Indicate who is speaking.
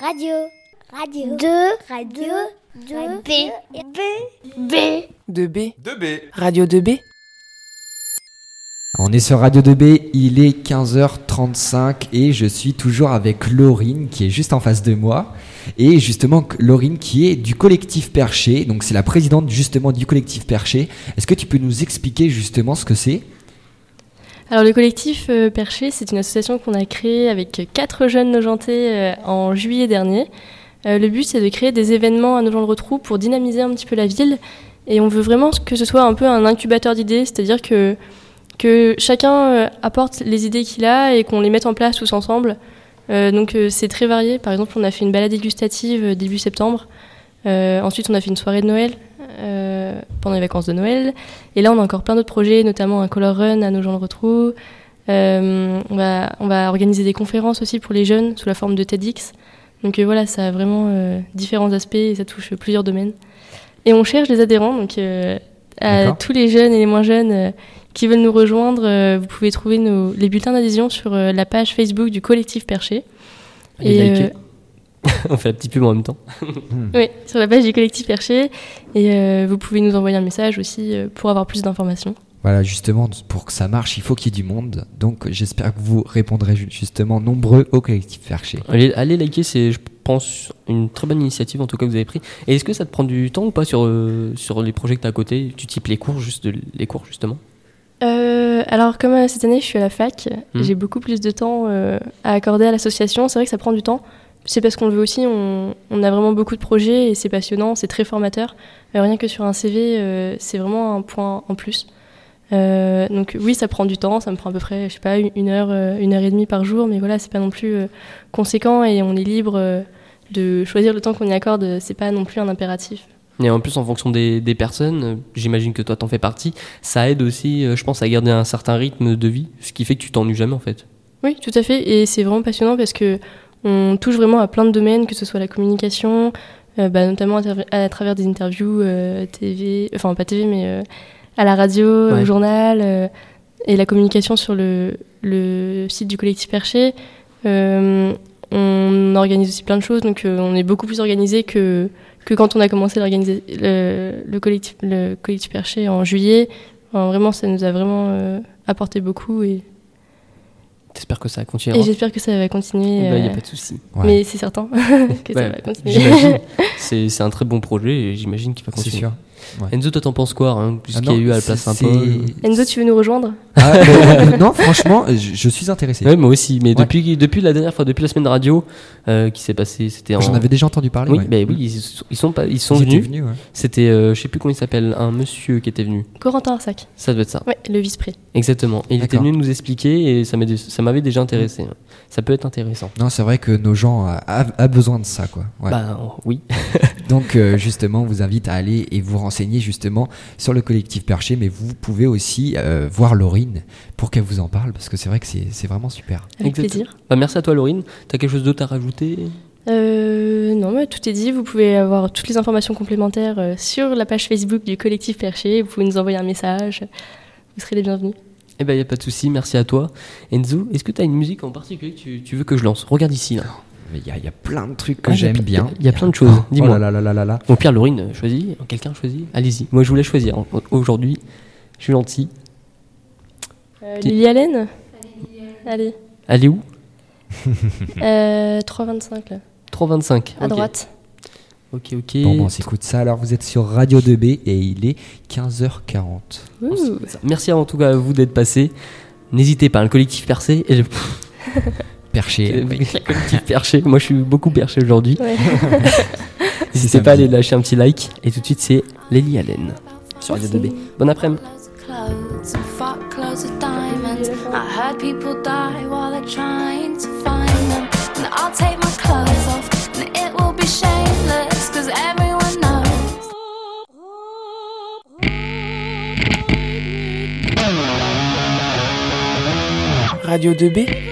Speaker 1: Radio. Radio. De. Radio. De. B. B. B.
Speaker 2: 2B,
Speaker 3: 2B.
Speaker 2: Radio 2B,
Speaker 4: On est sur Radio 2B, il est 15h35 et je suis toujours avec Laurine qui est juste en face de moi. Et justement, Laurine qui est du collectif Perché, donc c'est la présidente justement du collectif Perché. Est-ce que tu peux nous expliquer justement ce que c'est
Speaker 5: Alors le collectif euh, Perché, c'est une association qu'on a créée avec quatre jeunes nojentais euh, en juillet dernier. Euh, le but, c'est de créer des événements à Nogent-le-Rotrou pour dynamiser un petit peu la ville. Et on veut vraiment que ce soit un peu un incubateur d'idées, c'est-à-dire que, que chacun euh, apporte les idées qu'il a et qu'on les mette en place tous ensemble. Euh, donc euh, c'est très varié. Par exemple, on a fait une balade dégustative euh, début septembre. Euh, ensuite, on a fait une soirée de Noël euh, pendant les vacances de Noël. Et là, on a encore plein d'autres projets, notamment un color run à nos gens le retrouvent. Euh, on, va, on va organiser des conférences aussi pour les jeunes sous la forme de TEDx. Donc euh, voilà, ça a vraiment euh, différents aspects et ça touche plusieurs domaines. Et on cherche des adhérents, donc euh, à
Speaker 4: D'accord.
Speaker 5: tous les jeunes et les moins jeunes euh, qui veulent nous rejoindre, euh, vous pouvez trouver nos, les bulletins d'adhésion sur euh, la page Facebook du collectif Perché.
Speaker 6: Et liker.
Speaker 5: euh,
Speaker 6: On fait la petite pub en même temps. Hmm.
Speaker 5: oui, sur la page du collectif Perché. Et euh, vous pouvez nous envoyer un message aussi euh, pour avoir plus d'informations.
Speaker 4: Voilà, justement, pour que ça marche, il faut qu'il y ait du monde. Donc j'espère que vous répondrez ju- justement nombreux au collectif Perché.
Speaker 6: Allez, allez liker, c'est, je pense, une très bonne initiative en tout cas que vous avez pris. Et est-ce que ça te prend du temps ou pas sur, euh, sur les projets que tu à côté Tu types les cours, juste, les cours justement
Speaker 5: Euh, alors, comme euh, cette année, je suis à la fac,
Speaker 6: Mhm.
Speaker 5: j'ai beaucoup plus de temps euh, à accorder à l'association. C'est vrai que ça prend du temps. C'est parce qu'on le veut aussi. On, on a vraiment beaucoup de projets et c'est passionnant, c'est très formateur. Euh, rien que sur un CV, euh, c'est vraiment un point en plus. Euh, donc oui, ça prend du temps. Ça me prend à peu près, je sais pas, une- une heure, euh, une heure et demie par jour. Mais voilà, c'est pas non plus euh, conséquent et on est libre euh, de choisir le temps qu'on y accorde. C'est pas non plus un impératif.
Speaker 6: Et en plus, en fonction des, des personnes, euh, j'imagine que toi t'en fais partie, ça aide aussi, euh, je pense, à garder un certain rythme de vie, ce qui fait que tu t'ennuies jamais en fait.
Speaker 5: Oui, tout à fait. Et c'est vraiment passionnant parce que on touche vraiment à plein de domaines, que ce soit la communication, euh, bah, notamment à, tra- à travers des interviews euh, TV, enfin pas TV, mais euh, à la radio,
Speaker 6: Ouais.
Speaker 5: au journal, euh, et la communication sur le, le site du collectif Perché. Euh, on organise aussi plein de choses, donc euh, on est beaucoup plus organisé que, que quand on a commencé l'organisa- le, le collectif, le collectif Perché en juillet. Enfin, vraiment, ça nous a vraiment euh, apporté beaucoup et
Speaker 6: J'espère que ça
Speaker 5: et
Speaker 6: continuera.
Speaker 5: j'espère que ça va
Speaker 6: Il
Speaker 5: continuer.
Speaker 6: n'y Bah, a
Speaker 5: euh,
Speaker 6: pas de souci.
Speaker 4: Ouais,
Speaker 5: Mais c'est certain que ça
Speaker 6: Ouais,
Speaker 5: va continuer.
Speaker 6: Bah, J'imagine. c'est c'est un très bon projet et j'imagine qu'il va
Speaker 4: c'est
Speaker 6: continuer.
Speaker 4: sûr.
Speaker 6: Enzo, toi t'en penses quoi hein,
Speaker 4: Ah
Speaker 6: Puisqu'il y a
Speaker 4: non,
Speaker 6: eu à la
Speaker 4: c'est-
Speaker 6: place un
Speaker 4: c'est-
Speaker 6: peu.
Speaker 5: Enzo, tu veux nous rejoindre
Speaker 4: Ah, mais- non, franchement, je, je suis intéressé.
Speaker 6: Ouais, moi aussi, mais
Speaker 4: Ouais.
Speaker 6: depuis, depuis la dernière fois, depuis la semaine radio euh, qui s'est passée, c'était en.
Speaker 4: J'en avais déjà entendu parler.
Speaker 6: Oui,
Speaker 4: ouais.
Speaker 6: bah oui, ils, sont- ils sont, pas, ils sont
Speaker 4: Ils étaient
Speaker 6: venus.
Speaker 4: ouais.
Speaker 6: C'était, euh, je sais plus comment il s'appelle, un monsieur qui était venu.
Speaker 5: Corentin Arsac,
Speaker 6: Ça doit être ça.
Speaker 5: ouais, le vice-pré.
Speaker 6: Exactement. Et il était
Speaker 4: D'accord. Mm.
Speaker 6: venu nous expliquer et ça m'avait, ça m'avait déjà intéressé. Ça peut être intéressant.
Speaker 4: Non, c'est vrai que nos gens euh, a, a besoin de ça, quoi. Ouais.
Speaker 6: Bah oui.
Speaker 4: Donc, euh, justement, on vous invite à aller et vous renseigner justement sur le collectif Perché, mais vous pouvez aussi euh, voir Laurine pour qu'elle vous en parle, parce que c'est vrai que c'est c'est vraiment super.
Speaker 5: Avec
Speaker 6: Exact-
Speaker 5: plaisir.
Speaker 6: Bah, merci à toi, Laurine. T'as quelque chose d'autre à rajouter
Speaker 5: Euh, non, mais tout est dit. Vous pouvez avoir toutes les informations complémentaires euh, sur la page Facebook du collectif Perché. Vous pouvez nous envoyer un message. Vous serez les bienvenus.
Speaker 6: Eh ben, y a pas de souci. Merci à toi. Enzo, est-ce que t'as une musique en particulier que tu, tu veux que je lance Regarde ici, là.
Speaker 4: Mais il y, a- il y a plein de trucs que
Speaker 6: Ah, il y a
Speaker 4: j'aime
Speaker 6: ple-
Speaker 4: bien.
Speaker 6: Il y a plein de choses.
Speaker 4: Oh
Speaker 6: Dis-moi.
Speaker 4: là là là là là là.
Speaker 6: Au pire, Laurine, euh, choisis. Quelqu'un choisit. Allez-y. Moi, je voulais choisir. Au- Aujourd'hui, je suis gentil.
Speaker 5: Euh,
Speaker 6: Qui-
Speaker 5: Lily Allen Allez.
Speaker 6: Allez où
Speaker 5: Euh, 3,25 là,
Speaker 6: 3,25.
Speaker 5: à
Speaker 6: Hmm. Ok.
Speaker 5: droite.
Speaker 6: Ok, ok.
Speaker 4: Bon, bon, on s'écoute ça. Alors, vous êtes sur Radio 2B et il est 15h40.
Speaker 6: On
Speaker 5: Ouh.
Speaker 6: s'écoute ça. Merci en tout cas à vous d'être passé. N'hésitez pas, le collectif percé. Et le...
Speaker 4: Perché. oui.
Speaker 6: le collectif perché. Moi, je suis beaucoup perché aujourd'hui.
Speaker 5: Ouais.
Speaker 6: N'hésitez pas à
Speaker 4: samedi.
Speaker 6: aller lâcher un petit like. Et tout de suite, c'est Lely Allen sur Radio 2B. Bon après-midi.
Speaker 7: Loads of clothes and fuck loads of diamonds. I heard people die while they're trying to find them. And I'll take my clothes off and it will be shameless because everyone knows.
Speaker 2: Radio 2B,